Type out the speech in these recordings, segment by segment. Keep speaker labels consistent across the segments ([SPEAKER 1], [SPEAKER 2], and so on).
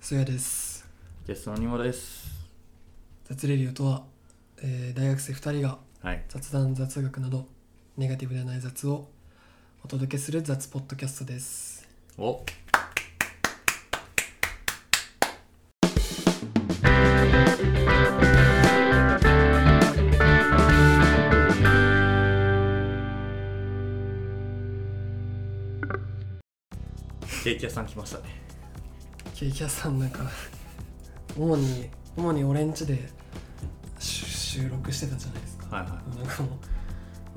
[SPEAKER 1] そやです
[SPEAKER 2] ゲストのにもです。
[SPEAKER 1] 雑レディオとは、えー大学生2人が
[SPEAKER 2] はい。
[SPEAKER 1] 雑談雑学などネガティブでない雑をお届けする雑ポッドキャストです
[SPEAKER 2] おケーキ屋さん来ましたね。
[SPEAKER 1] ケーキ屋さんなんか 主に主に俺ん家で収収録してたじゃないですか
[SPEAKER 2] はいは
[SPEAKER 1] なんかも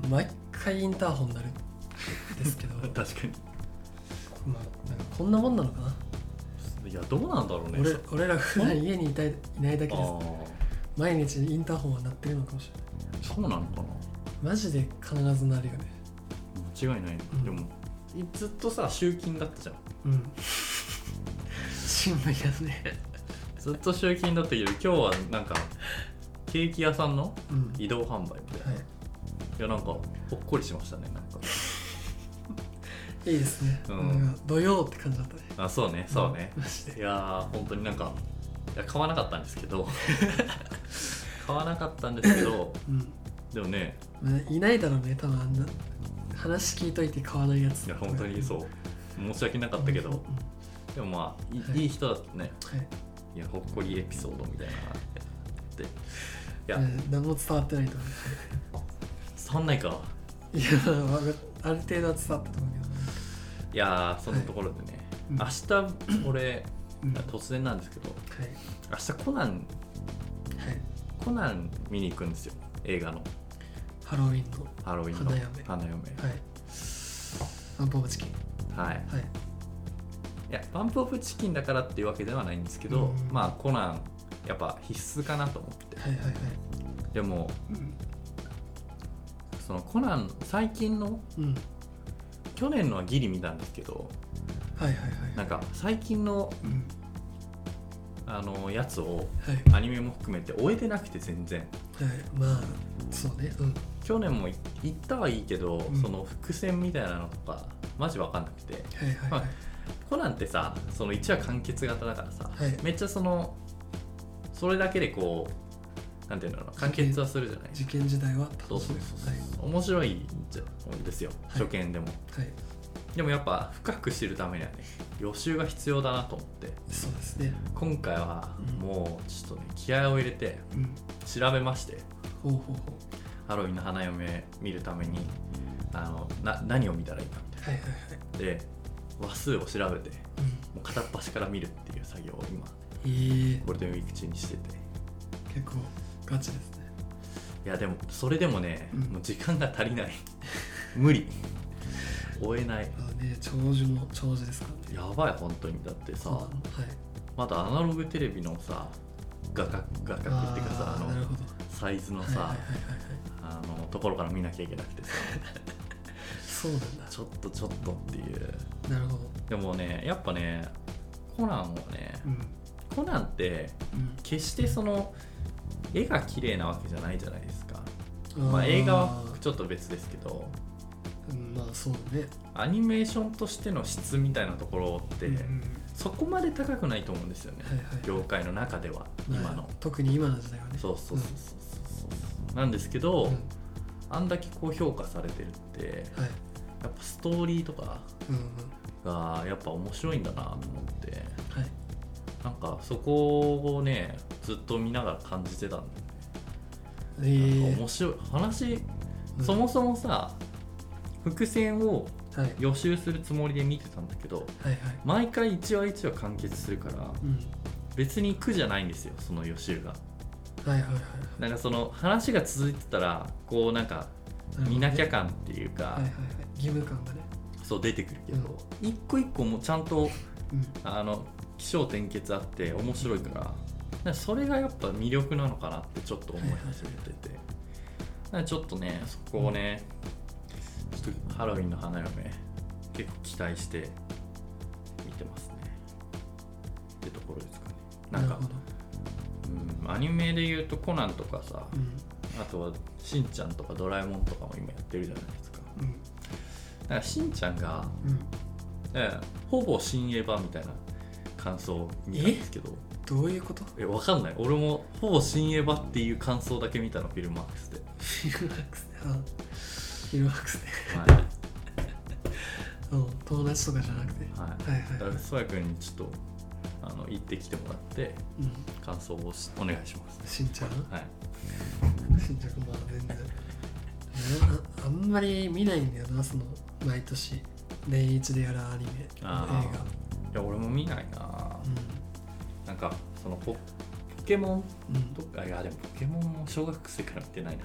[SPEAKER 1] う毎回インターホン鳴るんですけど
[SPEAKER 2] い。確か
[SPEAKER 1] まあなんかこんなもんなのかな
[SPEAKER 2] に。いや、どうなんだろうね。
[SPEAKER 1] 俺俺ら普段家にいたいいないだけ
[SPEAKER 2] あ
[SPEAKER 1] です毎日インターホンは鳴ってるのかもしれない
[SPEAKER 2] ーそうなのかな
[SPEAKER 1] マジで必ずなるよね
[SPEAKER 2] 間違いない、
[SPEAKER 1] ん
[SPEAKER 2] でもいずっとさ集金だったじゃん
[SPEAKER 1] うん新聞やね
[SPEAKER 2] ずっと集金だったけど今日はなんかケーキ屋さんの
[SPEAKER 1] うん
[SPEAKER 2] 移動販売みたいな、い、
[SPEAKER 1] は
[SPEAKER 2] やなんかほっこりしましたねなんか
[SPEAKER 1] いいいですね、
[SPEAKER 2] うん
[SPEAKER 1] なんか土曜って感じだったね
[SPEAKER 2] あそうねそうね、
[SPEAKER 1] マジで
[SPEAKER 2] いやー本当になんかいや買わなかったんですけど 買わなかったんですけど
[SPEAKER 1] うん、
[SPEAKER 2] でもね
[SPEAKER 1] まあ、いないだろうね多分あんな話聞いといて買わないやつ
[SPEAKER 2] いや本当にそう申し訳なかったけど、
[SPEAKER 1] うん
[SPEAKER 2] でもまあい,、
[SPEAKER 1] はい
[SPEAKER 2] い、い人だったね
[SPEAKER 1] はい
[SPEAKER 2] いやほっこりエピソードみたいなのがあっていや、
[SPEAKER 1] うん何も伝わってないと思
[SPEAKER 2] そんないか
[SPEAKER 1] ういやまあある程度は伝わったと思うけど
[SPEAKER 2] いやーそんなところでね、
[SPEAKER 1] はい
[SPEAKER 2] 明日俺
[SPEAKER 1] うん、はい
[SPEAKER 2] 突然なんですけど明日コナン
[SPEAKER 1] はい
[SPEAKER 2] コナン見に行くんですよ映画の
[SPEAKER 1] ハロウィンの
[SPEAKER 2] ハロウィンの
[SPEAKER 1] 花嫁
[SPEAKER 2] 花嫁
[SPEAKER 1] はいアンポーバチキン
[SPEAKER 2] はい、い、
[SPEAKER 1] はい
[SPEAKER 2] やバンプ・オブ・チキンだからっていうわけではないんですけど、
[SPEAKER 1] うん
[SPEAKER 2] まあコナンやっぱ必須かなと思って
[SPEAKER 1] はいはいはい
[SPEAKER 2] でもそのコナン最近の
[SPEAKER 1] うん、うん、
[SPEAKER 2] 去年のはギリ見たんですけど
[SPEAKER 1] はいはいはい
[SPEAKER 2] なんか最近の
[SPEAKER 1] うん
[SPEAKER 2] あのやつを
[SPEAKER 1] はい
[SPEAKER 2] アニメも含めて終えてなくて全然
[SPEAKER 1] はい、まあそうねうん
[SPEAKER 2] 去年もい行ったはいいけど、
[SPEAKER 1] ん
[SPEAKER 2] その伏線みたいなのとかマジ分かんなくて
[SPEAKER 1] はいはいはい
[SPEAKER 2] コナンってさその1話完結型だからさ、
[SPEAKER 1] はい
[SPEAKER 2] めっちゃそのそれだけでこうなんていうのかな完結はするじゃない
[SPEAKER 1] 受験時代は
[SPEAKER 2] そう
[SPEAKER 1] 楽し
[SPEAKER 2] そう
[SPEAKER 1] み
[SPEAKER 2] そう面白いんじゃんですよ、
[SPEAKER 1] い
[SPEAKER 2] 初見でも
[SPEAKER 1] はい、はい、
[SPEAKER 2] でもやっぱ深く知るためにはね予習が必要だなと思って
[SPEAKER 1] そうですね
[SPEAKER 2] 今回は
[SPEAKER 1] うん
[SPEAKER 2] もうちょっとね気合を入れて
[SPEAKER 1] うん
[SPEAKER 2] 調べまして
[SPEAKER 1] ほうほうほ
[SPEAKER 2] ハロウィンの花嫁見るためにあのな何を見たらいいかみたい
[SPEAKER 1] は
[SPEAKER 2] う
[SPEAKER 1] いはいはい
[SPEAKER 2] なで話数を調べてもう片っ端から見るっていう作業を今
[SPEAKER 1] うんえ
[SPEAKER 2] ゴールデンウィーク中にしてて
[SPEAKER 1] ー、結構ガチですね
[SPEAKER 2] いやでもそれでもね、
[SPEAKER 1] うん
[SPEAKER 2] もう時間が足りない 無理追えない
[SPEAKER 1] まあね長寿の長寿ですからね
[SPEAKER 2] やばい本当にだってさ、
[SPEAKER 1] そうなのはい
[SPEAKER 2] まだアナログテレビのさ画角画角っていうかさあ
[SPEAKER 1] ーなる
[SPEAKER 2] の
[SPEAKER 1] ほど
[SPEAKER 2] サイズの
[SPEAKER 1] はい
[SPEAKER 2] さ、
[SPEAKER 1] はいはいはい
[SPEAKER 2] あのところから見なきゃいけなくてさ
[SPEAKER 1] そうなんだ
[SPEAKER 2] ちょっとちょっとっていう
[SPEAKER 1] なるほど
[SPEAKER 2] でもねやっぱねコナンはね、
[SPEAKER 1] うん
[SPEAKER 2] コナンって決してその絵が綺麗なわけじゃないじゃないですか
[SPEAKER 1] うん
[SPEAKER 2] まあ、
[SPEAKER 1] ー
[SPEAKER 2] 映画はちょっと別ですけど
[SPEAKER 1] うんまあそうね
[SPEAKER 2] アニメーションとしての質みたいなところって、
[SPEAKER 1] うんうん
[SPEAKER 2] そこまで高くないと思うんですよね、
[SPEAKER 1] はいはい
[SPEAKER 2] 業界の中では今の、
[SPEAKER 1] まあ特に今の時代はね
[SPEAKER 2] そうそうそうそうそうそうなんですけど、
[SPEAKER 1] うん
[SPEAKER 2] あんだけこう評価されてるって
[SPEAKER 1] はい
[SPEAKER 2] やっぱストーリーとか
[SPEAKER 1] うんうん
[SPEAKER 2] がやっぱ面白いんだなと思って
[SPEAKER 1] はい
[SPEAKER 2] なんかそこをねずっと見ながら感じてたんだよね
[SPEAKER 1] え
[SPEAKER 2] なんか
[SPEAKER 1] ー
[SPEAKER 2] 面白い話、
[SPEAKER 1] うん
[SPEAKER 2] そもそもさ伏線を
[SPEAKER 1] はい
[SPEAKER 2] 予習するつもりで見てたんだけど
[SPEAKER 1] はいはい
[SPEAKER 2] 毎回1話1話完結するから
[SPEAKER 1] うん
[SPEAKER 2] 別に苦じゃないんですよその予習が
[SPEAKER 1] はいはいはい
[SPEAKER 2] なんかその話が続いてたらこうなんか
[SPEAKER 1] はい
[SPEAKER 2] 見なきゃ
[SPEAKER 1] は
[SPEAKER 2] 感っていうか
[SPEAKER 1] いはいはい義務感がね
[SPEAKER 2] そう出てくるけど一個一個もちゃんと
[SPEAKER 1] うん
[SPEAKER 2] あの起承転結あって面白いからなんかそれがやっぱ魅力なのかなってちょっと思い始めててなんかちょっとねそこをねちょっとハロウィンの花嫁結構期待して見てますねってところですかねなん
[SPEAKER 1] る
[SPEAKER 2] か
[SPEAKER 1] ほど
[SPEAKER 2] うんアニメで言うとコナンとかさ
[SPEAKER 1] うん
[SPEAKER 2] あとはしんちゃんとかドラえもんとかも今やってるじゃないですか
[SPEAKER 1] うん
[SPEAKER 2] だからしんちゃんが
[SPEAKER 1] うん
[SPEAKER 2] ええほぼ新エヴァみたいな感想見たんですけど
[SPEAKER 1] どういうこと
[SPEAKER 2] えわかんない俺もほぼ新エヴァっていう感想だけ見たのフィルマークスで、
[SPEAKER 1] フィルワークスねあフィルワークスね
[SPEAKER 2] は
[SPEAKER 1] うん友達とかじゃなくて
[SPEAKER 2] いはい、
[SPEAKER 1] はい
[SPEAKER 2] だ
[SPEAKER 1] は
[SPEAKER 2] か
[SPEAKER 1] い
[SPEAKER 2] らソヤ君にちょっとあの行ってきてもらって
[SPEAKER 1] うん
[SPEAKER 2] 感想をしお願いします
[SPEAKER 1] しんちゃん
[SPEAKER 2] はい
[SPEAKER 1] しんちゃんまあ全然ねああんまり見ないんだよなその毎年年一でやるアニメ映画
[SPEAKER 2] あーいや俺も見ないななんかそのポポケモン
[SPEAKER 1] うん、うん
[SPEAKER 2] とかいやでもポケモンも小学生から見てないな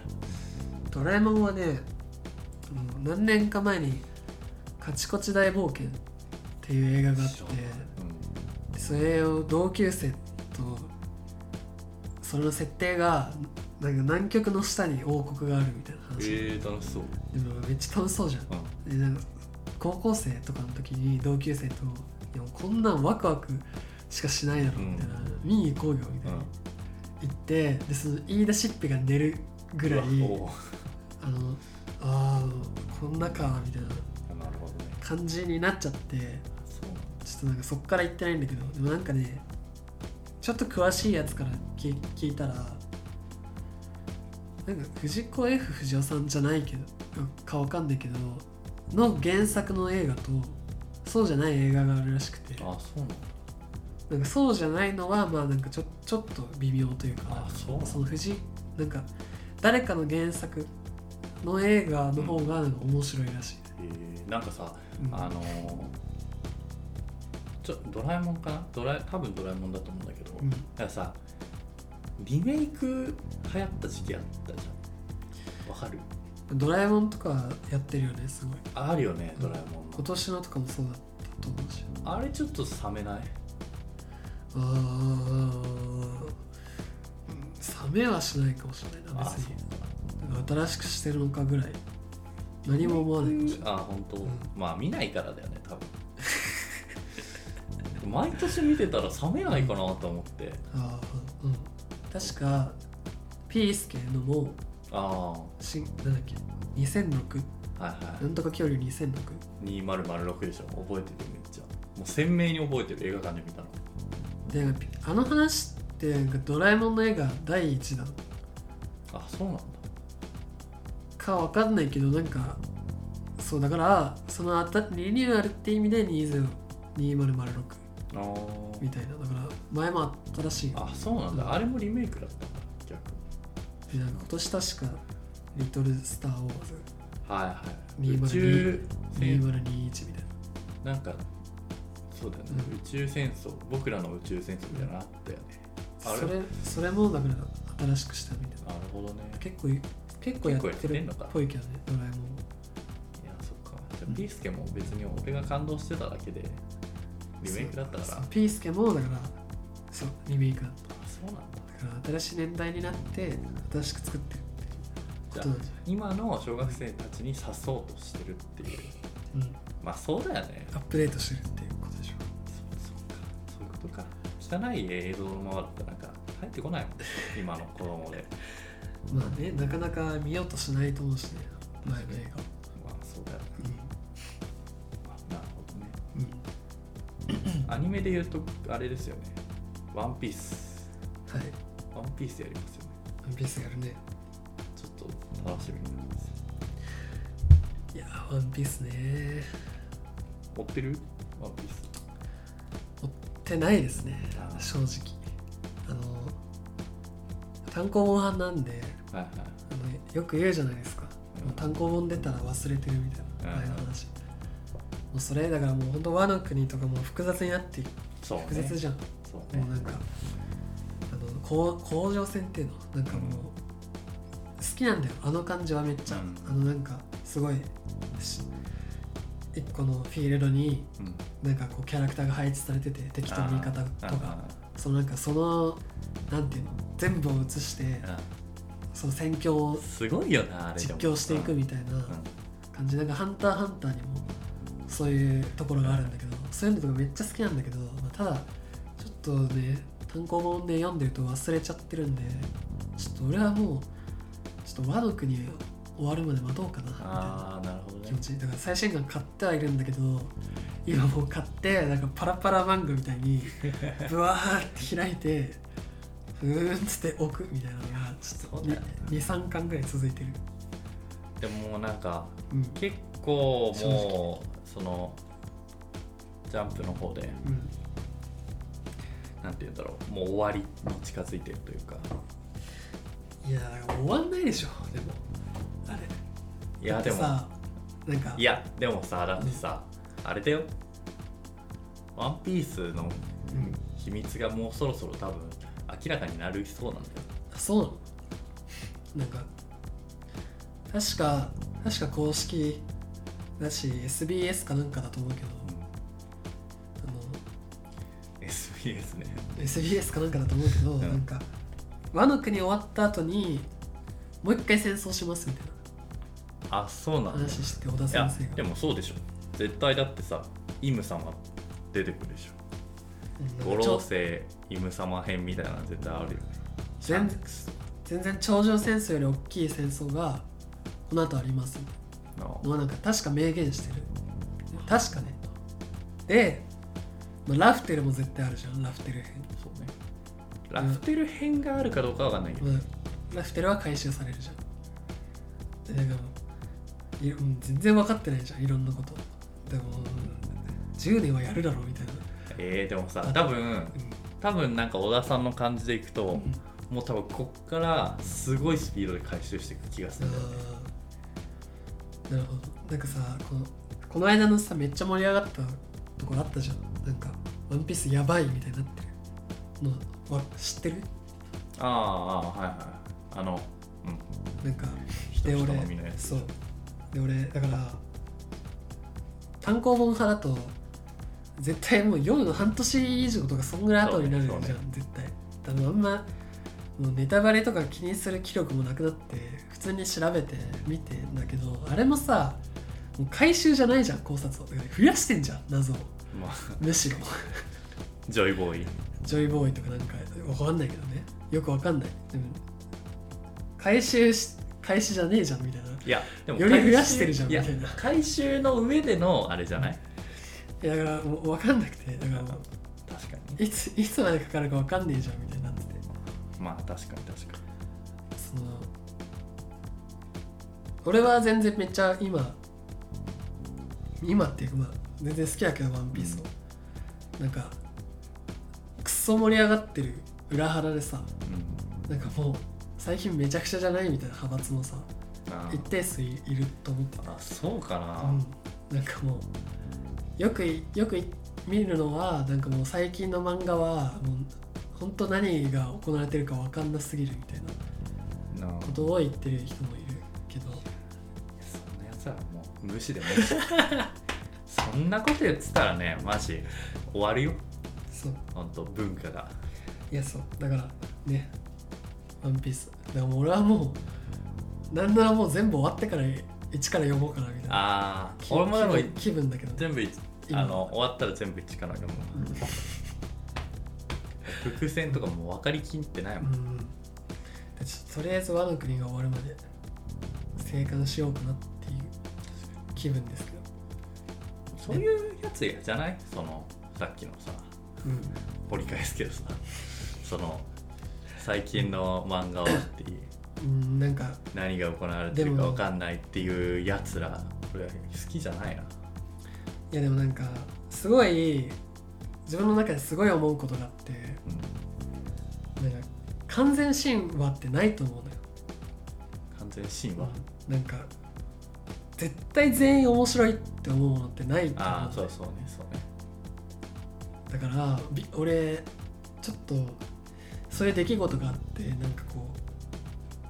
[SPEAKER 1] ドラえもんはね、うん何年か前に「カチコチ大冒険」っていう映画があってそれを同級生とその設定がなんか南極の下に王国があるみたいな
[SPEAKER 2] うん、
[SPEAKER 1] 話、
[SPEAKER 2] えー、楽しそう、
[SPEAKER 1] でもめっちゃ楽しそうじゃん
[SPEAKER 2] うん、
[SPEAKER 1] でなんか高校生とかの時に同級生と「いやもうこんなんワクワクしかしないだろ」みたいな、見に行こうよみたいな、
[SPEAKER 2] うん
[SPEAKER 1] 言ってでその言い出しっぺが寝るぐらいう
[SPEAKER 2] わお
[SPEAKER 1] あのあーこんなかみたいな
[SPEAKER 2] ーなるほどね
[SPEAKER 1] 感じになっちゃって
[SPEAKER 2] そうなんだ
[SPEAKER 1] ちょっとなんかそっから言ってないんだけどでもなんかねちょっと詳しいやつから聞聞いたらなんか藤子 F 不二雄さんじゃないけどかわかんないけどの原作の映画とそうじゃない映画があるらしくて
[SPEAKER 2] あそうなんだ
[SPEAKER 1] なんかそうじゃないのはまあなんかちょちょっと微妙というか
[SPEAKER 2] あそうなんだ
[SPEAKER 1] その藤なんか誰かの原作の映画の方がなんか面白いらしい、
[SPEAKER 2] えー、なんかさ
[SPEAKER 1] うん
[SPEAKER 2] あのーちょドラえもんかなドラえ多分ドラえもんだと思うんだけど、
[SPEAKER 1] うん
[SPEAKER 2] だからさリメイク流行った時期あったじゃんわかる
[SPEAKER 1] ドラえもんとかやってるよねすごい
[SPEAKER 2] あるよね
[SPEAKER 1] うん
[SPEAKER 2] ドラえもん
[SPEAKER 1] 今
[SPEAKER 2] の、
[SPEAKER 1] 年のとかもそうだったと思うし
[SPEAKER 2] あれちょっと冷めない
[SPEAKER 1] あーうん冷めはしないかもしれないな
[SPEAKER 2] あ
[SPEAKER 1] 別
[SPEAKER 2] そう
[SPEAKER 1] になんか新しくしてるのかぐらい何も思わないかもしれない
[SPEAKER 2] あ本当、
[SPEAKER 1] うん
[SPEAKER 2] まあ見ないからだよね多分 毎年見てたら冷めないかなと思って
[SPEAKER 1] あーうん確かピースケのも
[SPEAKER 2] ああは
[SPEAKER 1] 新なんだっけ2006
[SPEAKER 2] いは
[SPEAKER 1] なんとか恐竜2006
[SPEAKER 2] い2006でしょ覚えててめっちゃもう鮮明に覚えてる映画館で見たの
[SPEAKER 1] でなんかピあの話ってなんかドラえもんの映画第1弾
[SPEAKER 2] あそうなんだ
[SPEAKER 1] かわかんないけどなんかそうだからそのあたリニューアルって意味で20 2006
[SPEAKER 2] あ
[SPEAKER 1] みたいなだから前もあったらしいよ
[SPEAKER 2] ああそうなんだあれもリメイクだったんだ逆に
[SPEAKER 1] でなんか今年確か「リトル・スター・ウォーズ
[SPEAKER 2] はいはい
[SPEAKER 1] 2002
[SPEAKER 2] 宇宙戦
[SPEAKER 1] 2021」みたい
[SPEAKER 2] なんかそうだよね、
[SPEAKER 1] うん
[SPEAKER 2] 宇宙戦争僕らの宇宙戦争みたいなのあったよね
[SPEAKER 1] な
[SPEAKER 2] あれ
[SPEAKER 1] それそれもだから新しくしたみたい
[SPEAKER 2] なるほどね
[SPEAKER 1] な結構い結構やってるっぽいけどねドラえもん
[SPEAKER 2] いやそっかじゃあピースケも別に俺が感動してただけでリメイクだったから
[SPEAKER 1] そうピースケもだからそうリメイクだった
[SPEAKER 2] あそうなんだ
[SPEAKER 1] だから新しい年代になって新しく作ってるっていうこ
[SPEAKER 2] じゃ
[SPEAKER 1] となんじ
[SPEAKER 2] あ今の小学生たちに刺そうとしてるっていう
[SPEAKER 1] ゃない、うん、
[SPEAKER 2] まあそうだよね
[SPEAKER 1] アップデートしてるっていうことでしょ
[SPEAKER 2] そそっかそういうことか汚い映像のままだったらなんか入ってこな いもん今の子供で
[SPEAKER 1] まあねなかなか見ようとしないと思うしね前の映
[SPEAKER 2] まあそうだよね、まあ、なるほどね
[SPEAKER 1] 画うん、うん、
[SPEAKER 2] アニメで言うとあれですよねワンピース
[SPEAKER 1] はい
[SPEAKER 2] ワンピースやりますよね
[SPEAKER 1] ワンピースやるね
[SPEAKER 2] ちょっと楽しみになります
[SPEAKER 1] いやーワンピースね
[SPEAKER 2] 追ってるワンピース
[SPEAKER 1] ってないですね
[SPEAKER 2] あー
[SPEAKER 1] 正直あの単行本派なんで
[SPEAKER 2] はいはい
[SPEAKER 1] あのよく言うじゃないですか、
[SPEAKER 2] うん
[SPEAKER 1] もう単行本出たら忘れてるみたいな
[SPEAKER 2] うん
[SPEAKER 1] 前の話、もうそれだからもう本当和の国とかも複雑になって
[SPEAKER 2] そうね
[SPEAKER 1] 複雑じゃん、
[SPEAKER 2] そうね
[SPEAKER 1] もうなんかあのこう甲状腺っていうのなんかもう、
[SPEAKER 2] うん
[SPEAKER 1] 好きなんだよあの感じはめっちゃ、
[SPEAKER 2] うん
[SPEAKER 1] あのなんかすごいし一個のフィールドに
[SPEAKER 2] うん
[SPEAKER 1] なんかこうキャラクターが配置されてて適当に言い方とかそのなんかそのなんていうの全部を映して
[SPEAKER 2] うん
[SPEAKER 1] その戦況を
[SPEAKER 2] すごいよなあれで
[SPEAKER 1] 実
[SPEAKER 2] も
[SPEAKER 1] 況していくみたいな感じなんか「ハンターハンター」にもそういうところがあるんだけどそういうのとかめっちゃ好きなんだけど、まあ、ただちょっとね単行本で読んでると忘れちゃってるんでちょっと俺はもうちょっと和の国終わるまで待とうかなみたいな
[SPEAKER 2] ああなるほど
[SPEAKER 1] 気
[SPEAKER 2] ね
[SPEAKER 1] 持ちだから最新刊買ってはいるんだけど今もう買ってなんかパラパラ漫画みたい にブワーって開いてふーんっつって置くみたいなのがちょっと
[SPEAKER 2] そうだよね
[SPEAKER 1] 23巻ぐらい続いてる、
[SPEAKER 2] でももうなんか
[SPEAKER 1] うん
[SPEAKER 2] 結構
[SPEAKER 1] 正
[SPEAKER 2] もうそのジャンプの方で
[SPEAKER 1] うん、
[SPEAKER 2] なんて言うんだろうもう終わりに近づいてるというか
[SPEAKER 1] いやだから終わんないでしょでもあれ
[SPEAKER 2] いやでも
[SPEAKER 1] だってさなんか
[SPEAKER 2] いやでもさだってさ、あれだよ「ワンピースの
[SPEAKER 1] うん、
[SPEAKER 2] 秘密がもうそろそろ多分明らかになるそうなんだよ
[SPEAKER 1] あそうなのなんか確か確か公式だし SBS かなんかだと思うけどあ
[SPEAKER 2] SBS ね
[SPEAKER 1] の SBS かなんかだと思うけど、
[SPEAKER 2] ん
[SPEAKER 1] なんか和の国終わった後にもう一回戦争しますみたい
[SPEAKER 2] あそうな
[SPEAKER 1] なん
[SPEAKER 2] だい
[SPEAKER 1] 話して小田先
[SPEAKER 2] や
[SPEAKER 1] 生が
[SPEAKER 2] でもそうでしょ絶対だってさイム様出てくるでしょ
[SPEAKER 1] うん
[SPEAKER 2] 五
[SPEAKER 1] なんかちょ
[SPEAKER 2] 老星イム様編みたいなの絶対あるよねシャン
[SPEAKER 1] 全
[SPEAKER 2] クス
[SPEAKER 1] 全然頂上戦争より大きい戦争がこの後ありますみたいな
[SPEAKER 2] の
[SPEAKER 1] のはなんか確か明言してる確かねで、まあ、ラフテルも絶対あるじゃんラフテル編、
[SPEAKER 2] そうねラフテル編があるかどうかわかんないけど、
[SPEAKER 1] まあ、ラフテルは回収されるじゃんでなんかいうん全然分かってないじゃんいろんなことでもうん10年はやるだろうみたいな、
[SPEAKER 2] えー、でもさ多分多分なんか小田さんの感じでいくと、
[SPEAKER 1] うんうん
[SPEAKER 2] もう多分こっからすごいスピードで回収していく気がするんだよね
[SPEAKER 1] なるほどなんかさこのこの間のさめっちゃ盛り上がったところあったじゃんなんか「ワンピースやばい」みたいになってるのわ知ってる
[SPEAKER 2] ああああはいはいあのうん
[SPEAKER 1] なんか
[SPEAKER 2] 人
[SPEAKER 1] で
[SPEAKER 2] 々
[SPEAKER 1] 俺
[SPEAKER 2] のみのやつ
[SPEAKER 1] そうで俺だから単行本派だと絶対もう読むの半年以上とかそんぐらい後になるじゃん、
[SPEAKER 2] そうねそう
[SPEAKER 1] 絶対多分あんまもうネタバレとか気にする気力もなくなって普通に調べて見てんだけどあれもさもう回収じゃないじゃん考察をだから増やしてんじゃん謎を
[SPEAKER 2] まあ
[SPEAKER 1] むしろ
[SPEAKER 2] ジョイボーイ
[SPEAKER 1] ジョイボーイとかなんかわかんないけどねよくわかんないでも回収し回収じゃねえじゃんみたいない
[SPEAKER 2] やでも
[SPEAKER 1] より増やしてるじゃん
[SPEAKER 2] いや
[SPEAKER 1] みたいな
[SPEAKER 2] 回収の上でのあれじゃない
[SPEAKER 1] いやだからもう分かんなくてだからも
[SPEAKER 2] 確かに
[SPEAKER 1] ういついつまでかかるか分かんねえじゃんみたいになってて
[SPEAKER 2] まあ確かに確かに
[SPEAKER 1] その俺は全然めっちゃ今今っていうかまあ全然好きだけど「ワンピースを、なんかクソ盛り上がってる裏腹でさ
[SPEAKER 2] うん
[SPEAKER 1] なんかもう最近めちゃくちゃじゃないみたいな派閥もさ
[SPEAKER 2] あ
[SPEAKER 1] 一定数いいると思ってて
[SPEAKER 2] ああそうかな、
[SPEAKER 1] うん、なんかもうよくいよくい見るのはなんかもう最近の漫画はもう本当何が行われてるか分かんなすぎるみたいな
[SPEAKER 2] なあ
[SPEAKER 1] ことを言ってる人もいるけど
[SPEAKER 2] そんなやつらもう無視でもいい しそんなこと言ってたらねマジ終わるよ
[SPEAKER 1] そう
[SPEAKER 2] 本当文化が
[SPEAKER 1] いやそうだからね「ワンピースだからもう俺はもうなんならもう全部終わってから一から読もうかなみたいな
[SPEAKER 2] ああ
[SPEAKER 1] 気
[SPEAKER 2] 俺もでも
[SPEAKER 1] 気分気分だけどね
[SPEAKER 2] 全部い
[SPEAKER 1] 今
[SPEAKER 2] あの終わったら全部一から読む伏線とかもう分かりきってない
[SPEAKER 1] うん
[SPEAKER 2] もん、
[SPEAKER 1] うんでちょとりあえず和の国が終わるまで生還しようかなっていう気分ですけど
[SPEAKER 2] そういうやつやじゃないそのさっきのさ
[SPEAKER 1] うん
[SPEAKER 2] 折り返すけどさその最近の漫画をっていう
[SPEAKER 1] うん、なんか
[SPEAKER 2] 何が行われてるか分かんないっていうやつら俺は好きじゃないない
[SPEAKER 1] やでもなんかすごい自分の中ですごい思うことがあって
[SPEAKER 2] うん
[SPEAKER 1] なんか完全神話ってないと思うのよ、
[SPEAKER 2] 完全神話
[SPEAKER 1] なんか絶対全員面白いって思うものってないと思う
[SPEAKER 2] あ
[SPEAKER 1] の
[SPEAKER 2] あそうそうねそうね
[SPEAKER 1] だからび俺ちょっとそういう出来事があってなんかこう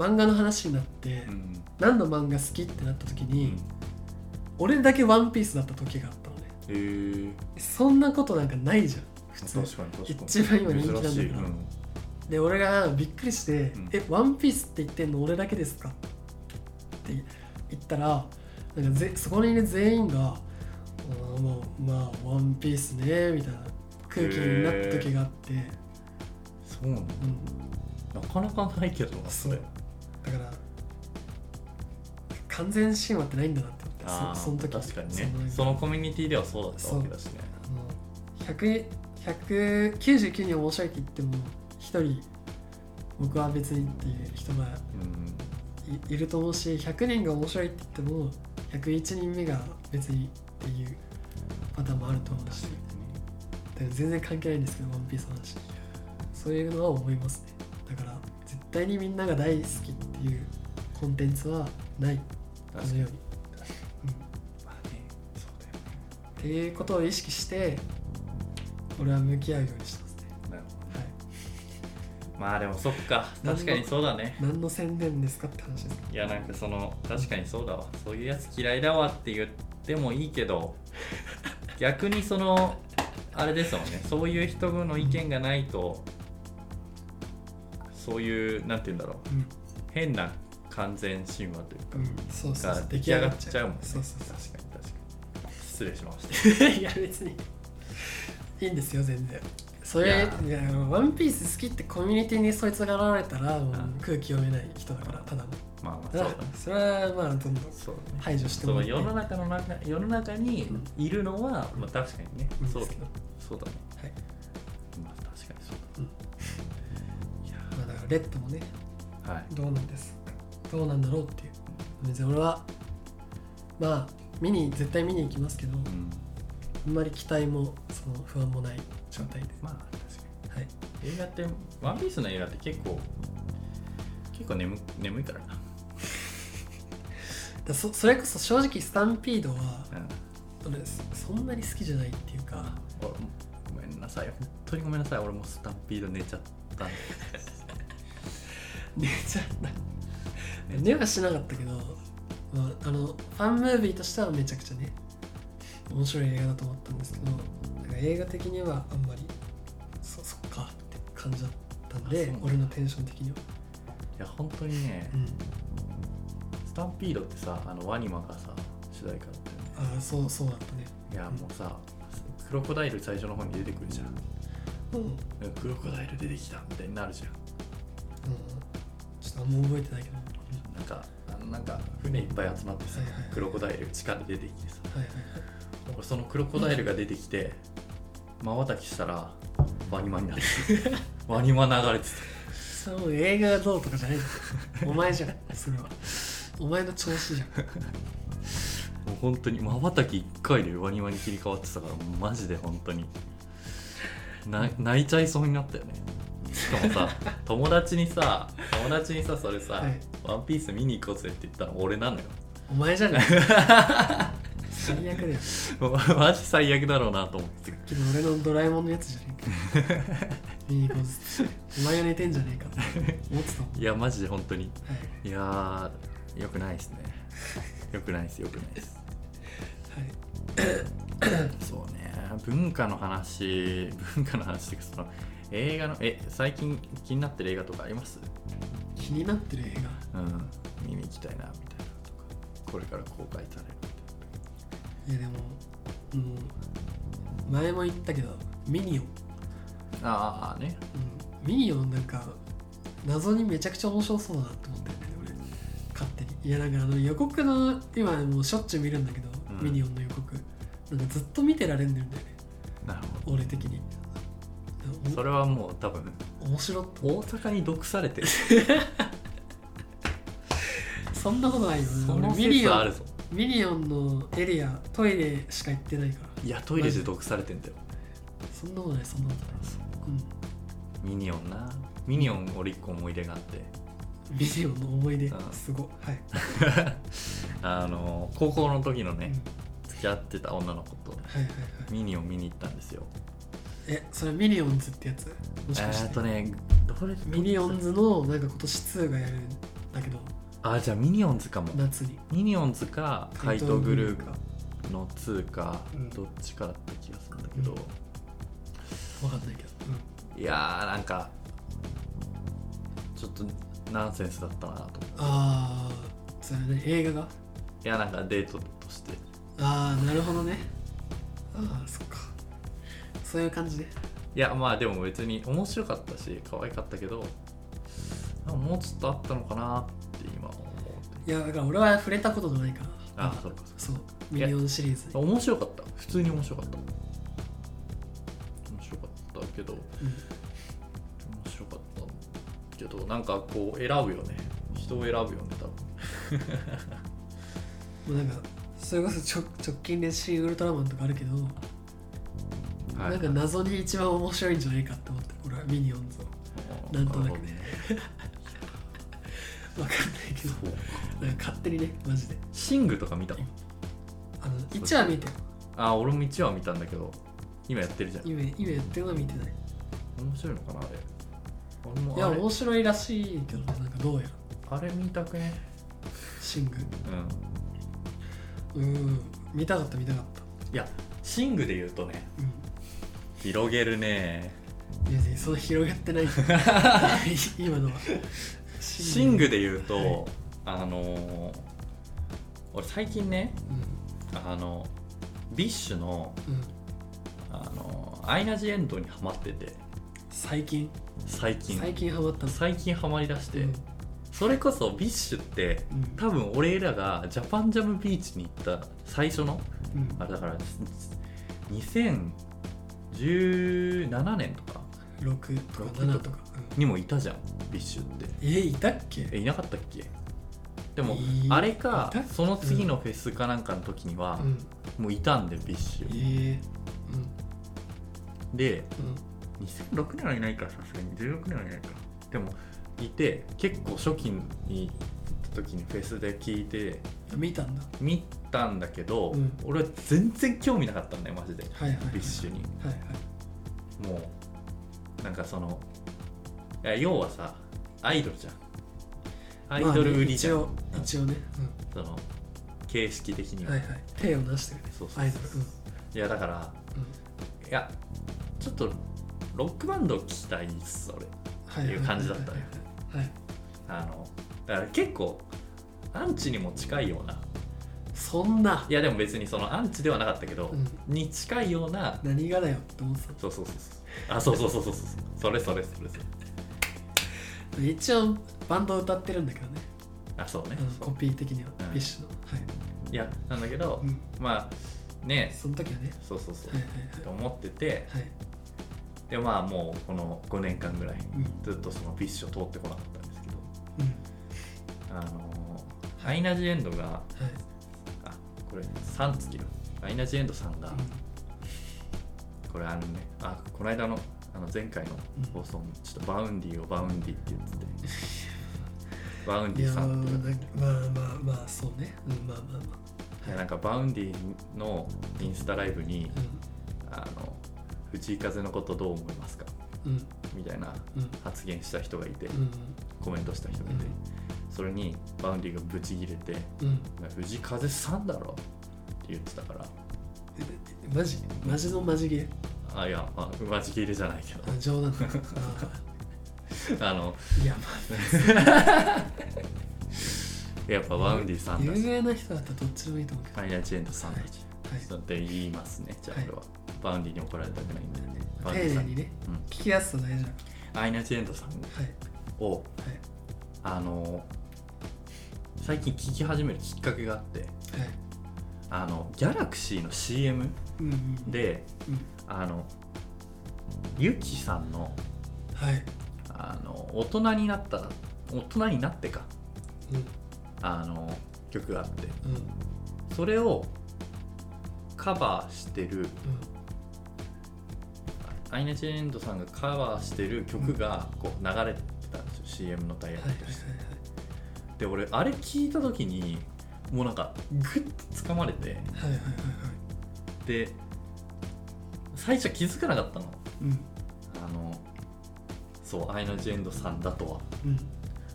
[SPEAKER 1] あの漫画の話になって、
[SPEAKER 2] うん
[SPEAKER 1] 何の漫画好きってなった時
[SPEAKER 2] う
[SPEAKER 1] に、
[SPEAKER 2] ん
[SPEAKER 1] 俺だけワンピースだった時があったのね
[SPEAKER 2] へえ
[SPEAKER 1] そんなことなんかないじゃん普通
[SPEAKER 2] 確かに確かに
[SPEAKER 1] 一番今人気なんだから
[SPEAKER 2] 珍しいうん
[SPEAKER 1] で俺がびっくりして「
[SPEAKER 2] うん
[SPEAKER 1] えワンピースって言ってんの俺だけですか?」って言ったらなんかぜそこにいる全員が「あーまあ、まあ、ワンピースね」みたいな空気になった時があって、
[SPEAKER 2] そうなの
[SPEAKER 1] うん、
[SPEAKER 2] なかなかないけどな
[SPEAKER 1] そうだから完全神話ってないんだなって思って
[SPEAKER 2] あー
[SPEAKER 1] そその時
[SPEAKER 2] 確かにね
[SPEAKER 1] その
[SPEAKER 2] そのコミュニティではそうだったわけだしね
[SPEAKER 1] あの100 199人面白いって言っても1人僕は別にっていう人が
[SPEAKER 2] うん
[SPEAKER 1] いいると思うし100人が面白いって言っても101人目が別にっていうパターンもあると思うし
[SPEAKER 2] 確かにね
[SPEAKER 1] だから全然関係ないんですけど「ワンピースの話そういうのは思いますねだから絶対にみんなが大好きっていうコンテンツはないこ
[SPEAKER 2] 確か
[SPEAKER 1] の
[SPEAKER 2] に
[SPEAKER 1] ように、うん、っ
[SPEAKER 2] まあねそうだよね
[SPEAKER 1] ていうことを意識して俺は向き合うようにしてますね
[SPEAKER 2] なるほど
[SPEAKER 1] はい
[SPEAKER 2] まあでもそっか確かにそうだね
[SPEAKER 1] 何の宣伝ですかって話です
[SPEAKER 2] いやなんかその確かにそうだわそういうやつ嫌いだわって言ってもいいけ ど逆にそのあれですもんねそういう人の意見がないとそういうなんて言うんだろう
[SPEAKER 1] うん、
[SPEAKER 2] 変な完全神話という
[SPEAKER 1] う
[SPEAKER 2] か、
[SPEAKER 1] ん、そうそう
[SPEAKER 2] が
[SPEAKER 1] そう
[SPEAKER 2] 出来上がっちゃうもんね
[SPEAKER 1] そうそうそう
[SPEAKER 2] 確かに確かに失礼しまし た
[SPEAKER 1] いや別にいいんですよ全然それい
[SPEAKER 2] いや
[SPEAKER 1] やワンピース好きってコミュニティにそいつが現れたらもう空気読めない人だからただの
[SPEAKER 2] まあまあそ
[SPEAKER 1] だ
[SPEAKER 2] う
[SPEAKER 1] か
[SPEAKER 2] だ
[SPEAKER 1] ら
[SPEAKER 2] ね
[SPEAKER 1] それはまあどんどん
[SPEAKER 2] そうだね
[SPEAKER 1] 排除して
[SPEAKER 2] そ
[SPEAKER 1] もら
[SPEAKER 2] の
[SPEAKER 1] って
[SPEAKER 2] 世の中の中世の中にいるのは、
[SPEAKER 1] うん
[SPEAKER 2] まあ、確かにね、
[SPEAKER 1] うん
[SPEAKER 2] そうだねそうだね
[SPEAKER 1] はい
[SPEAKER 2] まあ確かにそう
[SPEAKER 1] まあだからレッドもね
[SPEAKER 2] だはい
[SPEAKER 1] どうなんですどうなんだろうっていう別に俺はまあ見に絶対見に行きますけど
[SPEAKER 2] うん
[SPEAKER 1] あんまり期待もその不安もない状態で
[SPEAKER 2] まあ確
[SPEAKER 1] はい
[SPEAKER 2] かに映画ってワンピースの映画って結構結構眠眠いからな、
[SPEAKER 1] だそそれこそ正直スタンピードは
[SPEAKER 2] うん、
[SPEAKER 1] 俺そそんなに好きじゃないっていうか
[SPEAKER 2] 俺もごめんなさい本当にごめんなさい俺もスタンピード寝ちゃったん で
[SPEAKER 1] 寝ちゃった寝はしなかったけど、まあ、あのファンムービーとしてはめちゃくちゃね面白い映画だと思ったんですけどなんか映画的にはあんまりそそっかって感じだったん
[SPEAKER 2] あそう
[SPEAKER 1] で
[SPEAKER 2] なんだ
[SPEAKER 1] 俺のテンション的には、
[SPEAKER 2] いや本当にね
[SPEAKER 1] うん、
[SPEAKER 2] スタンピードってさあのワニマがさ主題歌だったよね
[SPEAKER 1] ああそうそうだったね、
[SPEAKER 2] いやもうさクロコダイル最初の方に出てくるじゃん
[SPEAKER 1] うんうん、
[SPEAKER 2] クロコダイル出てきたみたいになるじゃん
[SPEAKER 1] ちょっとあんま覚えてないけど、
[SPEAKER 2] なんかあのなんか船いっぱい集まってさ
[SPEAKER 1] はいはいはい
[SPEAKER 2] クロコダイル地下に出てきてさ
[SPEAKER 1] はいはいはい
[SPEAKER 2] 俺そのクロコダイルが出てきてまばたきしたらワニマになって たワニマ流れて
[SPEAKER 1] それはもう映画がどうとかじゃないじ ゃんお前じゃんそれはお前の調子じゃん
[SPEAKER 2] たもう本当にまばたき1回でワニマに切り替わってたからマジで本当にな泣いちゃいそうになったよねしかも さ友達にさ友達にさそれさ、
[SPEAKER 1] はい
[SPEAKER 2] ワンピース見に行こうぜ」って言ったの俺なのよ
[SPEAKER 1] お前 じゃない最悪だよ
[SPEAKER 2] マジ最悪だろうなと思って
[SPEAKER 1] けど俺のドラえもんのやつじゃねえか見に行こうぜお前が寝てんじゃねえか思ってたもん
[SPEAKER 2] いやマジで本当に
[SPEAKER 1] はい
[SPEAKER 2] いやーよくないですねよくないですよくないです
[SPEAKER 1] はい
[SPEAKER 2] そうね文化の話文化の話っていうかその映画のえ最近気になってる映画とかあります
[SPEAKER 1] 気になってる映
[SPEAKER 2] うん見に行きたいなみたいなとかこれから公開される
[SPEAKER 1] 画
[SPEAKER 2] み
[SPEAKER 1] いやでもうん前も言ったけどミニオン、
[SPEAKER 2] たいなああね
[SPEAKER 1] うん、ミニオンなんか謎にめちゃくちゃ面白そうだなって思ってるんだよね俺勝手にいやなんかあの予告の今もうしょっちゅう見るんだけど、
[SPEAKER 2] うん
[SPEAKER 1] ミニオンの予告なんかずっと見てられるんだよね
[SPEAKER 2] なるほど
[SPEAKER 1] 俺的にお
[SPEAKER 2] それはもう多分
[SPEAKER 1] 面白っ
[SPEAKER 2] 大阪に毒されてる
[SPEAKER 1] そんなことないよね
[SPEAKER 2] その
[SPEAKER 1] 俺ミニ
[SPEAKER 2] 説
[SPEAKER 1] オン
[SPEAKER 2] あるぞ
[SPEAKER 1] ミニオンのエリアトイレしか行ってないから
[SPEAKER 2] いやトイレで毒されてんだよ
[SPEAKER 1] そんなことないそんなことないうん
[SPEAKER 2] ミニオンなミニオン俺一個思い出があって
[SPEAKER 1] ミニオンの思い出
[SPEAKER 2] ああ
[SPEAKER 1] すごいはい、
[SPEAKER 2] あの高校の時の
[SPEAKER 1] うん
[SPEAKER 2] ね付き合ってた女の子と
[SPEAKER 1] はいはいはい
[SPEAKER 2] ミニオン見に行ったんですよ
[SPEAKER 1] えそれミニオンズってやつも
[SPEAKER 2] え
[SPEAKER 1] しかして、
[SPEAKER 2] ーっとねどれ
[SPEAKER 1] ミニオンズのなんか今年2がやるんだけど
[SPEAKER 2] あじゃあミニオンズかも
[SPEAKER 1] 夏に
[SPEAKER 2] ミニオンズか怪盗グルー
[SPEAKER 1] わ
[SPEAKER 2] の2か
[SPEAKER 1] うん
[SPEAKER 2] どっちかだった気がするんだけど、
[SPEAKER 1] かんないけど、
[SPEAKER 2] いやーなんかちょっとナンセンスだったなと思って
[SPEAKER 1] ああそれね映画が
[SPEAKER 2] いやなんかデートとして
[SPEAKER 1] ああなるほどねああそっかそういう感じね
[SPEAKER 2] いやまあでも別に面白かったし可愛かったけどなんかもうちょっとあったのかなって今思う
[SPEAKER 1] いやだから俺は触れたことがないから
[SPEAKER 2] あそうかそ
[SPEAKER 1] そ
[SPEAKER 2] うか
[SPEAKER 1] うミニオンシリーズ、
[SPEAKER 2] 面白かった普通に面白かった面白かったけど面
[SPEAKER 1] うん
[SPEAKER 2] 白かったけどなんかこう選ぶよね人を選ぶよね多分
[SPEAKER 1] もうなんかそれこそ直直近で「シン・ウルトラマン」とかあるけど、なんか謎に一番面白いんじゃないかって思ってこれはミニオンズわなんとなくねかんないけど
[SPEAKER 2] そうか
[SPEAKER 1] なんか勝手にねマジで
[SPEAKER 2] シングとか見た
[SPEAKER 1] あの1話見て
[SPEAKER 2] あ俺も1話見たんだけど今やってるじゃん
[SPEAKER 1] 今今やってるのは見てない
[SPEAKER 2] 面白いのかなあれ俺も
[SPEAKER 1] いや
[SPEAKER 2] あれ
[SPEAKER 1] 面白いらしいけどねなんかどうやら
[SPEAKER 2] あれ見たくね
[SPEAKER 1] シング
[SPEAKER 2] うん
[SPEAKER 1] うーん見たかった見たかっ
[SPEAKER 2] いやシングで言うとね
[SPEAKER 1] たう
[SPEAKER 2] 広げるね
[SPEAKER 1] んいやいやその広がって ない今のは
[SPEAKER 2] シング
[SPEAKER 1] で
[SPEAKER 2] で言うと、
[SPEAKER 1] はい
[SPEAKER 2] あのー俺最近ねあのビッシュの
[SPEAKER 1] うん、うん、
[SPEAKER 2] あのアイナ・ジ・エンドにハマってて
[SPEAKER 1] 最近
[SPEAKER 2] 最近
[SPEAKER 1] 最近ハマったの
[SPEAKER 2] 最近ハマりだして、
[SPEAKER 1] うん
[SPEAKER 2] それこそビッシュって
[SPEAKER 1] うん
[SPEAKER 2] 多分俺らがジャパンジャムビーチに行った最初の
[SPEAKER 1] うん
[SPEAKER 2] あれだから2017年とか
[SPEAKER 1] 6とか7とか、うん
[SPEAKER 2] にもいたじゃんビッシュって
[SPEAKER 1] えいたっけ
[SPEAKER 2] えいなかったっけでも、
[SPEAKER 1] い
[SPEAKER 2] あれか
[SPEAKER 1] いた
[SPEAKER 2] その次のフェスかなんかの時には
[SPEAKER 1] う、ん
[SPEAKER 2] もういたんでビッシ
[SPEAKER 1] え
[SPEAKER 2] ュ
[SPEAKER 1] ー、
[SPEAKER 2] で
[SPEAKER 1] うんうん
[SPEAKER 2] 2006年はいないかさすがに16年はいないかでもいて結構初期に行った時にフェスで聞いて
[SPEAKER 1] あ見たんだ
[SPEAKER 2] 見たんだけど、
[SPEAKER 1] うん
[SPEAKER 2] 俺は全然興味なかったんだよマジで
[SPEAKER 1] はいはいはい
[SPEAKER 2] ビッシュに
[SPEAKER 1] はいはい
[SPEAKER 2] もうなんかそのいや要はさアイドルじゃんアイドル売りじゃん、
[SPEAKER 1] まあね一応一応ね、
[SPEAKER 2] その形式的
[SPEAKER 1] う
[SPEAKER 2] に
[SPEAKER 1] ん、
[SPEAKER 2] は、
[SPEAKER 1] はいはい手を出してるね
[SPEAKER 2] そうそうそう
[SPEAKER 1] アイドル
[SPEAKER 2] いやだから
[SPEAKER 1] うん、うん
[SPEAKER 2] いやちょっとロックバンドを聴きたいっす俺
[SPEAKER 1] はいは
[SPEAKER 2] っていう感じだったね
[SPEAKER 1] はいはい
[SPEAKER 2] あのだから結構アンチにも近いような
[SPEAKER 1] そんない
[SPEAKER 2] やでも別にそのアンチではなかったけど、
[SPEAKER 1] うん
[SPEAKER 2] に近いような
[SPEAKER 1] 何がだよって思って
[SPEAKER 2] そうそうそうそうあそうそうそうそうそうそれそれそれそれ
[SPEAKER 1] た一応バンド歌ってるんだけどね
[SPEAKER 2] あそうね
[SPEAKER 1] あの
[SPEAKER 2] そ
[SPEAKER 1] コピー的には
[SPEAKER 2] うん
[SPEAKER 1] ビッシュのは
[SPEAKER 2] ういやなんだけど、
[SPEAKER 1] い、うん、
[SPEAKER 2] まあね
[SPEAKER 1] その時はね
[SPEAKER 2] そうそうそう
[SPEAKER 1] はいはい
[SPEAKER 2] って思ってて
[SPEAKER 1] はいはい
[SPEAKER 2] でまあもうこの5年間ぐらい
[SPEAKER 1] うん
[SPEAKER 2] ずっとそのビッシュを通ってこなかったんですけど
[SPEAKER 1] うん
[SPEAKER 2] あのーアイナ・ジ・エンドが
[SPEAKER 1] はい
[SPEAKER 2] あこれ3月のアイナ・ジ・エンドさんが、これあのねあこの間のあの前回の放送もちょっとバウンディをバウンディって言ってて バウン
[SPEAKER 1] うんい
[SPEAKER 2] デ
[SPEAKER 1] や
[SPEAKER 2] ィ
[SPEAKER 1] ー
[SPEAKER 2] さんっていう
[SPEAKER 1] なんかまあまあまあそうねうんまあまあま
[SPEAKER 2] いやなんかバウンディのインスタライブに
[SPEAKER 1] あ
[SPEAKER 2] あの藤井風のことどう思いますか
[SPEAKER 1] うんうん
[SPEAKER 2] みたいな
[SPEAKER 1] うん
[SPEAKER 2] 発言した人がいて
[SPEAKER 1] う
[SPEAKER 2] コメントした人がいて
[SPEAKER 1] うん
[SPEAKER 2] それにバウンディがブチギレて
[SPEAKER 1] んうん
[SPEAKER 2] 「藤井風さんだろ」って言ってたから
[SPEAKER 1] マジマジのマジゲ
[SPEAKER 2] あいやまあマジギレじゃないけど
[SPEAKER 1] あ冗談だ
[SPEAKER 2] あの
[SPEAKER 1] あいやま
[SPEAKER 2] やっぱバウンディさ
[SPEAKER 1] あ
[SPEAKER 2] ん
[SPEAKER 1] 有
[SPEAKER 2] だし
[SPEAKER 1] 名な人だったらどっちでもいいと思うけど
[SPEAKER 2] ファイナルチェンドさんだしだって言いますねじゃあ
[SPEAKER 1] はい
[SPEAKER 2] これは、バウンディに怒られたくないんでねバ
[SPEAKER 1] は
[SPEAKER 2] ウ
[SPEAKER 1] い
[SPEAKER 2] ンデ
[SPEAKER 1] 丁
[SPEAKER 2] ィさ
[SPEAKER 1] 寧
[SPEAKER 2] ん
[SPEAKER 1] にね
[SPEAKER 2] うん
[SPEAKER 1] 聞きやすさ大事だか
[SPEAKER 2] アイナ・ジ・エンドさん
[SPEAKER 1] らはい
[SPEAKER 2] を
[SPEAKER 1] はい
[SPEAKER 2] あの最近聞き始めるきっかけがあって
[SPEAKER 1] はい
[SPEAKER 2] あのギャラクシーの CM
[SPEAKER 1] うんうん
[SPEAKER 2] で
[SPEAKER 1] うん
[SPEAKER 2] あのユキさんの
[SPEAKER 1] はい
[SPEAKER 2] あの大人になった大人になってか
[SPEAKER 1] うん
[SPEAKER 2] あの曲があって
[SPEAKER 1] うん
[SPEAKER 2] それをカバーしてるアイナ・ジ・エンドさんがカバーしてる曲がこう流れてたんですよ CM のタイア
[SPEAKER 1] うん
[SPEAKER 2] ッ
[SPEAKER 1] はいはい
[SPEAKER 2] プとして。で俺あれ聞いた時にもうなんかグッとつかまれて
[SPEAKER 1] はいはいはいはいはい
[SPEAKER 2] で最初は気づかなかったの
[SPEAKER 1] うん
[SPEAKER 2] あのそうアイナ・ジ・エンドさんだとは
[SPEAKER 1] うん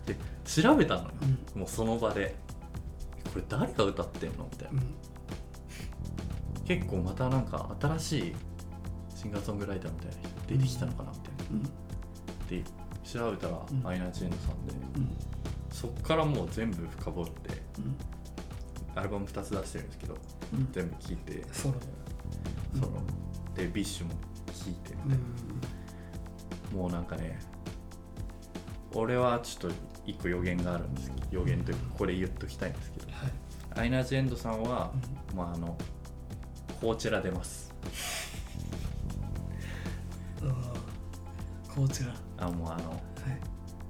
[SPEAKER 2] で調べたのよ
[SPEAKER 1] うん
[SPEAKER 2] もうその場でこれ誰が歌ってんのみたいな
[SPEAKER 1] うん
[SPEAKER 2] 結構またなんか新しいシンガーソングライターみたいな人出てきたのかなみたいな
[SPEAKER 1] うん
[SPEAKER 2] で調べたら
[SPEAKER 1] うん
[SPEAKER 2] アイナ・ジ・エンドさんで
[SPEAKER 1] うん
[SPEAKER 2] そっからもう全部深掘って
[SPEAKER 1] うん
[SPEAKER 2] アルバム2つ出してるんですけど
[SPEAKER 1] うん
[SPEAKER 2] 全部聴いて
[SPEAKER 1] ソロ
[SPEAKER 2] そのでビッシュも聴いて
[SPEAKER 1] うん
[SPEAKER 2] もうなんかね俺はちょっと一個予言があるんですけど予言というかこれ言っときたいんですけど
[SPEAKER 1] はい
[SPEAKER 2] アイナ・ジ・エンドさんは
[SPEAKER 1] う、ん
[SPEAKER 2] まああのこちら出ます
[SPEAKER 1] あーこちらは
[SPEAKER 2] あもうあの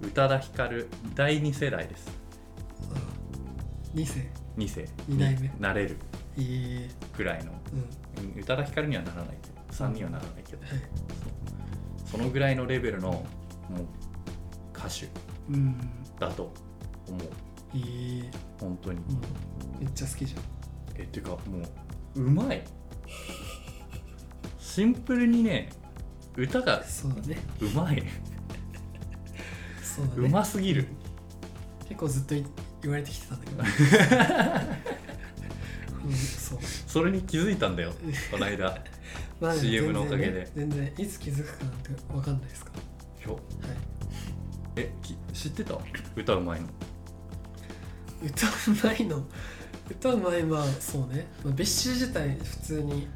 [SPEAKER 1] い
[SPEAKER 2] 宇多田ヒカル第2世代です
[SPEAKER 1] 2世
[SPEAKER 2] 2世
[SPEAKER 1] 二代目
[SPEAKER 2] になれる
[SPEAKER 1] いい
[SPEAKER 2] くらいの
[SPEAKER 1] うん
[SPEAKER 2] うん宇多田ヒカルにはならないけど3にはならないけど、
[SPEAKER 1] はい
[SPEAKER 2] そのぐらいのレベルのもう歌手
[SPEAKER 1] うん
[SPEAKER 2] だと思う
[SPEAKER 1] いい
[SPEAKER 2] 本当に
[SPEAKER 1] もうめっちゃ好きじゃん
[SPEAKER 2] えっていうかもうう まいシンプルにね歌が
[SPEAKER 1] そうだね
[SPEAKER 2] うまい
[SPEAKER 1] そうだね
[SPEAKER 2] うます ぎる
[SPEAKER 1] 結構ずっとい言われてきてたんだけ ど、うん、そう
[SPEAKER 2] それに気づいたんだよこの 間いや CM のおかげで
[SPEAKER 1] 全然,、全然いつ気づくかなんて分かんないですからはい
[SPEAKER 2] えき知ってた歌うまいの
[SPEAKER 1] 歌うまいの 歌うまいまあそうね、まあ、別紙自体普通に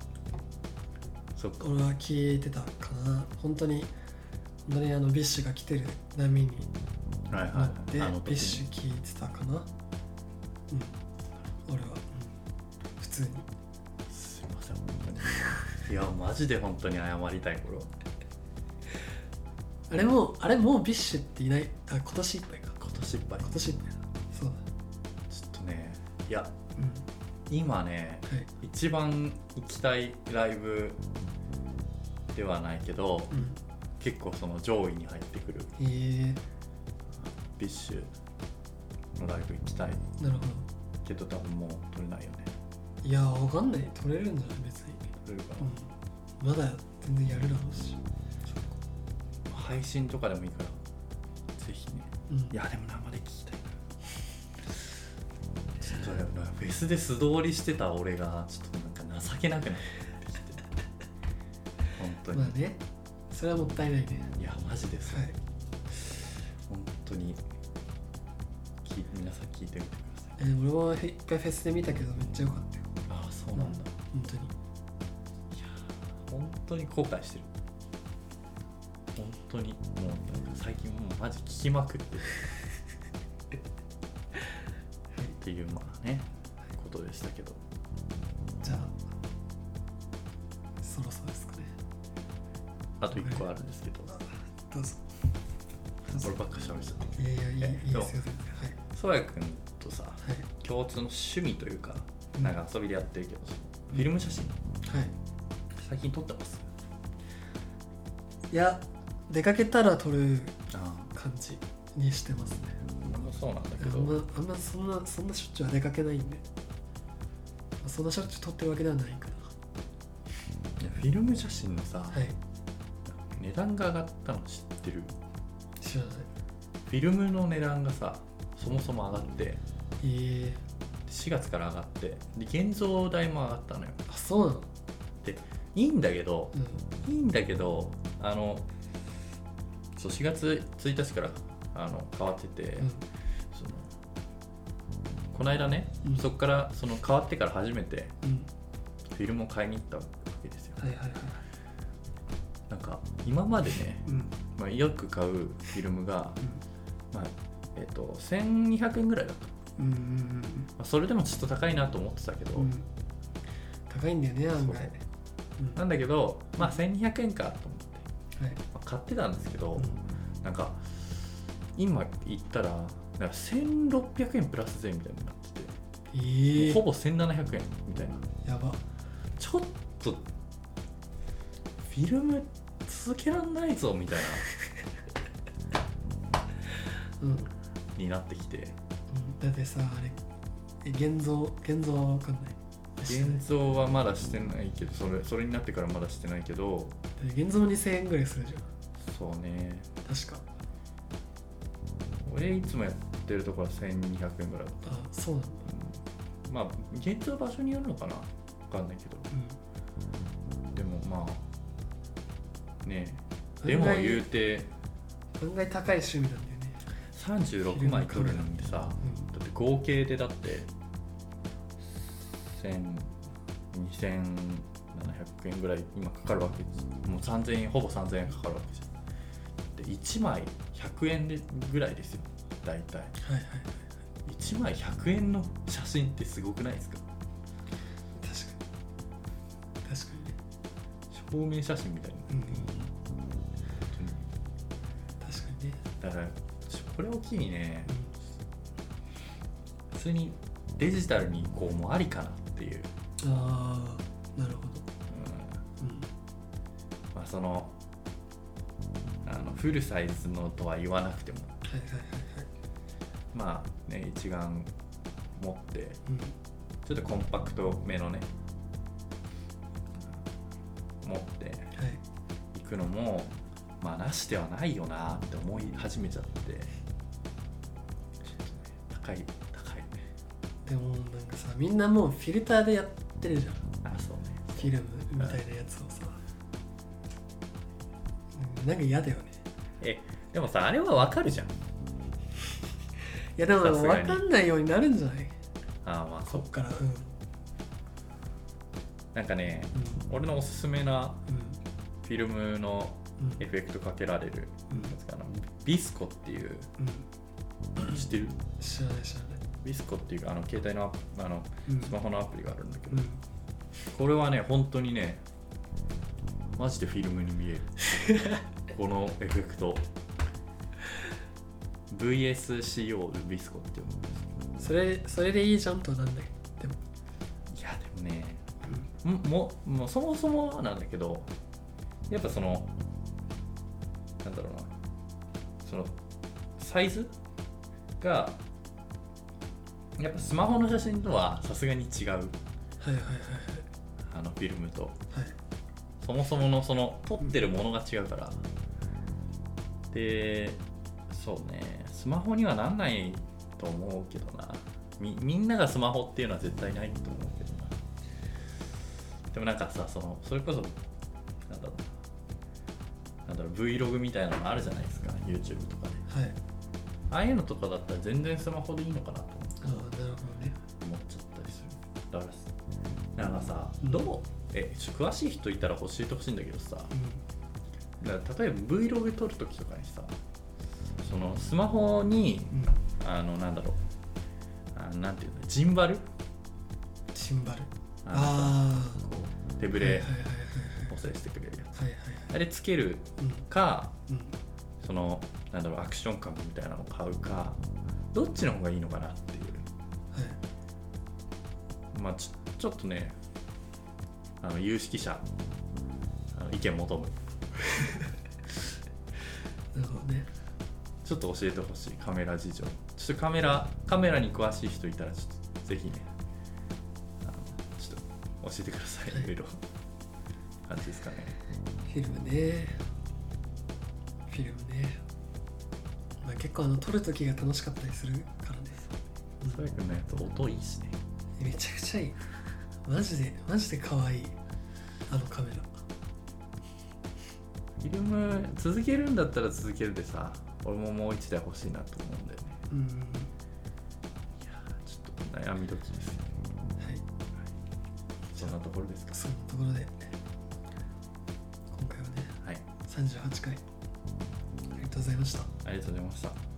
[SPEAKER 2] そっか
[SPEAKER 1] 俺は聞いてたかな本当に本当にあのビッシュが来てる波に
[SPEAKER 2] はい
[SPEAKER 1] 乗
[SPEAKER 2] は
[SPEAKER 1] って
[SPEAKER 2] い
[SPEAKER 1] ビ
[SPEAKER 2] はいあの時
[SPEAKER 1] ッ
[SPEAKER 2] に
[SPEAKER 1] シュ聞いてたかなうん俺は、うん普通に
[SPEAKER 2] すいません本当にいやマジで本当に謝りたいこれは
[SPEAKER 1] あれもあれもうビッシュっていないあ今年いっぱいか
[SPEAKER 2] 今年いっぱい
[SPEAKER 1] 今年いっぱいだそうだ
[SPEAKER 2] ちょっとねいや
[SPEAKER 1] うん
[SPEAKER 2] 今ね
[SPEAKER 1] はい
[SPEAKER 2] 一番行きたいライブではないけど
[SPEAKER 1] うん
[SPEAKER 2] 結構その上位に入ってくる
[SPEAKER 1] え
[SPEAKER 2] ビッシュのライブ行きたい
[SPEAKER 1] ー、なるほ
[SPEAKER 2] けど多分もう取れないよね
[SPEAKER 1] どいやーわかんない取れるんじゃない別に、
[SPEAKER 2] 取れるか
[SPEAKER 1] うん、まだ全然やるだろうし、
[SPEAKER 2] な、配信とかでもいいからぜひね
[SPEAKER 1] うん、
[SPEAKER 2] いやでも生で聞きたいなちょっとやっぱフェスで素通りしてた俺がちょっとなんか情けなくなってきて本当に、
[SPEAKER 1] まあねそれはもったいないね
[SPEAKER 2] いやマジでそう、
[SPEAKER 1] はい
[SPEAKER 2] 本当にき皆さん聞いてみてください
[SPEAKER 1] えー俺も一回フェスで見たけどめっちゃ良かったよ
[SPEAKER 2] ああそうなんだ、
[SPEAKER 1] 本当に
[SPEAKER 2] 本当に後悔してる本当にもうなんか最近もうマジ聞きまくってるっていうまあねことでしたけど
[SPEAKER 1] じゃあそろそろですかね
[SPEAKER 2] あと1個あるんですけど
[SPEAKER 1] どうぞどうぞ
[SPEAKER 2] 俺ばっかしゃべっちゃった
[SPEAKER 1] いやいやいいいいで
[SPEAKER 2] え
[SPEAKER 1] すよ
[SPEAKER 2] どう
[SPEAKER 1] 全然
[SPEAKER 2] そらくんとさ
[SPEAKER 1] はい
[SPEAKER 2] 共通の趣味というか
[SPEAKER 1] うん
[SPEAKER 2] なんか遊びでやってるけどそのフィルム写真
[SPEAKER 1] はい、はい、
[SPEAKER 2] 最近撮ってます
[SPEAKER 1] いや出かけたら撮る
[SPEAKER 2] あ
[SPEAKER 1] 感じにしてますね
[SPEAKER 2] あそうなんだけ
[SPEAKER 1] あ
[SPEAKER 2] ど
[SPEAKER 1] んまあんまそんなそんなしょっちゅうは出かけないんでまあそんなしょっちゅう撮ってるわけではないか
[SPEAKER 2] いやフィルム写真のさ、
[SPEAKER 1] なはい
[SPEAKER 2] 値段が上がったの知ってる
[SPEAKER 1] 知らない
[SPEAKER 2] フィルムの値段がさそもそも上がって
[SPEAKER 1] ええ
[SPEAKER 2] 4月から上がってで現像代も上がったのよ
[SPEAKER 1] あそうなの
[SPEAKER 2] いいんだけど
[SPEAKER 1] うん
[SPEAKER 2] いいんだけどあのそう4月1日からあの変わってて、
[SPEAKER 1] うん
[SPEAKER 2] そのこの間ね、
[SPEAKER 1] うん
[SPEAKER 2] そこからその変わってから初めて
[SPEAKER 1] うん
[SPEAKER 2] フィルムを買いに行ったわけですよ
[SPEAKER 1] はいはいはい
[SPEAKER 2] なんか今までね、
[SPEAKER 1] うんうん
[SPEAKER 2] まあ、よく買うフィルムが、まあえっと1200円ぐらいだった、ま
[SPEAKER 1] うんうん
[SPEAKER 2] あ、それでもちょっと高いなと思ってたけど、
[SPEAKER 1] うんうん高いんだよね案外
[SPEAKER 2] そう
[SPEAKER 1] うん
[SPEAKER 2] なんだけどまあ1200円かと思って、
[SPEAKER 1] はい
[SPEAKER 2] まあ買ってたんですけど、
[SPEAKER 1] うん
[SPEAKER 2] なんか今行ったらなんか1600円プラス税みたいになってて、
[SPEAKER 1] ええ
[SPEAKER 2] ほぼ1700円みたいな
[SPEAKER 1] やば
[SPEAKER 2] ちょっとフィルム続けらんないぞみたいな
[SPEAKER 1] うん、うん、
[SPEAKER 2] になって きて
[SPEAKER 1] だってさあれえ現像現像は分かんない
[SPEAKER 2] 現像はまだしてないけどそれそれになってからまだしてないけど
[SPEAKER 1] 現像2000円ぐらいするじゃん
[SPEAKER 2] そうね
[SPEAKER 1] 確か
[SPEAKER 2] 俺いつもやってるとこは1200円ぐらいだった、
[SPEAKER 1] あそうなんだ
[SPEAKER 2] うんまあ現像場所によるのかな分かんないけどでもまあね
[SPEAKER 1] うん
[SPEAKER 2] でも
[SPEAKER 1] 案外
[SPEAKER 2] 言うて
[SPEAKER 1] 案外高い趣味なんだよね
[SPEAKER 2] 36枚撮るなんてさ
[SPEAKER 1] うん
[SPEAKER 2] だって合計でだって1000 2700円ぐらい今かかるわけですもう3000円ほぼ3000円かかるわけじゃんで1枚100円でぐらいですよ大体
[SPEAKER 1] はいはい
[SPEAKER 2] 1枚100円の写真ってすごくないですか
[SPEAKER 1] 確か
[SPEAKER 2] 証明写真みたいな
[SPEAKER 1] に、うん、確かにね、
[SPEAKER 2] だからこれを機にね普通にデジタルに移行もありかなっていう、
[SPEAKER 1] うん、ああなるほど、
[SPEAKER 2] うん
[SPEAKER 1] うん、
[SPEAKER 2] まあそのあのフルサイズのとは言わなくても
[SPEAKER 1] はいはいはいはい、
[SPEAKER 2] まあね一眼持って
[SPEAKER 1] うん、
[SPEAKER 2] ちょっとコンパクトめのね持って
[SPEAKER 1] はい
[SPEAKER 2] いくのもまあなしではないよなって思い始めちゃってちょっとね高い高いね
[SPEAKER 1] でもなんかさみんなもうフィルターでやってるじゃん
[SPEAKER 2] あそうね
[SPEAKER 1] フィルムみたいなやつをさ、うんなんか嫌だよね
[SPEAKER 2] えでもさあれはわかるじゃん
[SPEAKER 1] いやでも
[SPEAKER 2] さすが
[SPEAKER 1] 分
[SPEAKER 2] に
[SPEAKER 1] かんないようになるんじゃない
[SPEAKER 2] ああまあそ
[SPEAKER 1] こ
[SPEAKER 2] う
[SPEAKER 1] っからうんうん
[SPEAKER 2] なんかね俺のおすすめな
[SPEAKER 1] う
[SPEAKER 2] フィルムの
[SPEAKER 1] んうん
[SPEAKER 2] エフェクトかけられる
[SPEAKER 1] うん
[SPEAKER 2] やつかなビスコっていう
[SPEAKER 1] うん
[SPEAKER 2] 知ってる
[SPEAKER 1] 知らない知らない
[SPEAKER 2] ビスコっていうかあの携帯のアプあの
[SPEAKER 1] うん
[SPEAKER 2] スマホのアプリがあるんだけど、
[SPEAKER 1] うん
[SPEAKER 2] これはね本当にねマジでフィルムに見え るこのエフェクト VSCO でビスコって呼ぶんです
[SPEAKER 1] それそれでいいじゃんとはなんないでも
[SPEAKER 2] けどいやでもねんももうそもそもなんだけどやっぱそのなんだろうなそのサイズがやっぱスマホの写真とはさすがに違う
[SPEAKER 1] はいはいはい
[SPEAKER 2] あのフィルムと
[SPEAKER 1] はいはい
[SPEAKER 2] そもそものその撮ってるものが違うからでそうねスマホにはなんないと思うけどなみみんながスマホっていうのは絶対ないと思うけどなでもなんかさそのそれこそなんだろうなんだろう Vlog みたいなのあるじゃないですか YouTube とかで
[SPEAKER 1] はい
[SPEAKER 2] ああいうのとかだったら全然スマホでいいのかなと思って
[SPEAKER 1] ああなるほどね
[SPEAKER 2] 思っちゃったりするだからなんかさどうえちょ詳しい人いたら教えてほしいんだけどさ、
[SPEAKER 1] う
[SPEAKER 2] だから例えば Vlog 撮るときとかにさそのスマホに
[SPEAKER 1] んうん
[SPEAKER 2] あのなんだろうあなんていうのジンバル
[SPEAKER 1] シンバル
[SPEAKER 2] あのさ
[SPEAKER 1] あ
[SPEAKER 2] こう手ぶ
[SPEAKER 1] あはいはい
[SPEAKER 2] れ
[SPEAKER 1] はい
[SPEAKER 2] 補正してくれるやつ
[SPEAKER 1] はいはいはいはい
[SPEAKER 2] あれつける
[SPEAKER 1] うん
[SPEAKER 2] か
[SPEAKER 1] うん
[SPEAKER 2] そのなんだろうアクションカムみたいなのを買うかどっちの方がいいのかなっていう
[SPEAKER 1] はい
[SPEAKER 2] まあちょちょっとねあの有識者あの意見求む
[SPEAKER 1] なるほどね
[SPEAKER 2] ちょっと教えてほしいカメラ事情ちょっとカメラカメラに詳しい人いたらちょっとぜひねあのちょっと教えてください
[SPEAKER 1] はい
[SPEAKER 2] いろいろ感じですかね
[SPEAKER 1] フィルムねフィルムね、まあ、結構あの撮る時が楽しかったりするからね
[SPEAKER 2] そらくんのやつ音いいしね
[SPEAKER 1] めちゃくちゃいいマジでマジで可愛いあのカメラ
[SPEAKER 2] フィルム続けるんだったら続けるでさ俺ももう一台欲しいなと思うんだよね
[SPEAKER 1] うん
[SPEAKER 2] いやーちょっと悩み時ですね
[SPEAKER 1] はい
[SPEAKER 2] そんなところですか
[SPEAKER 1] そんなところで今回はね
[SPEAKER 2] はい
[SPEAKER 1] 38回ありがとうございました
[SPEAKER 2] ありがとうございました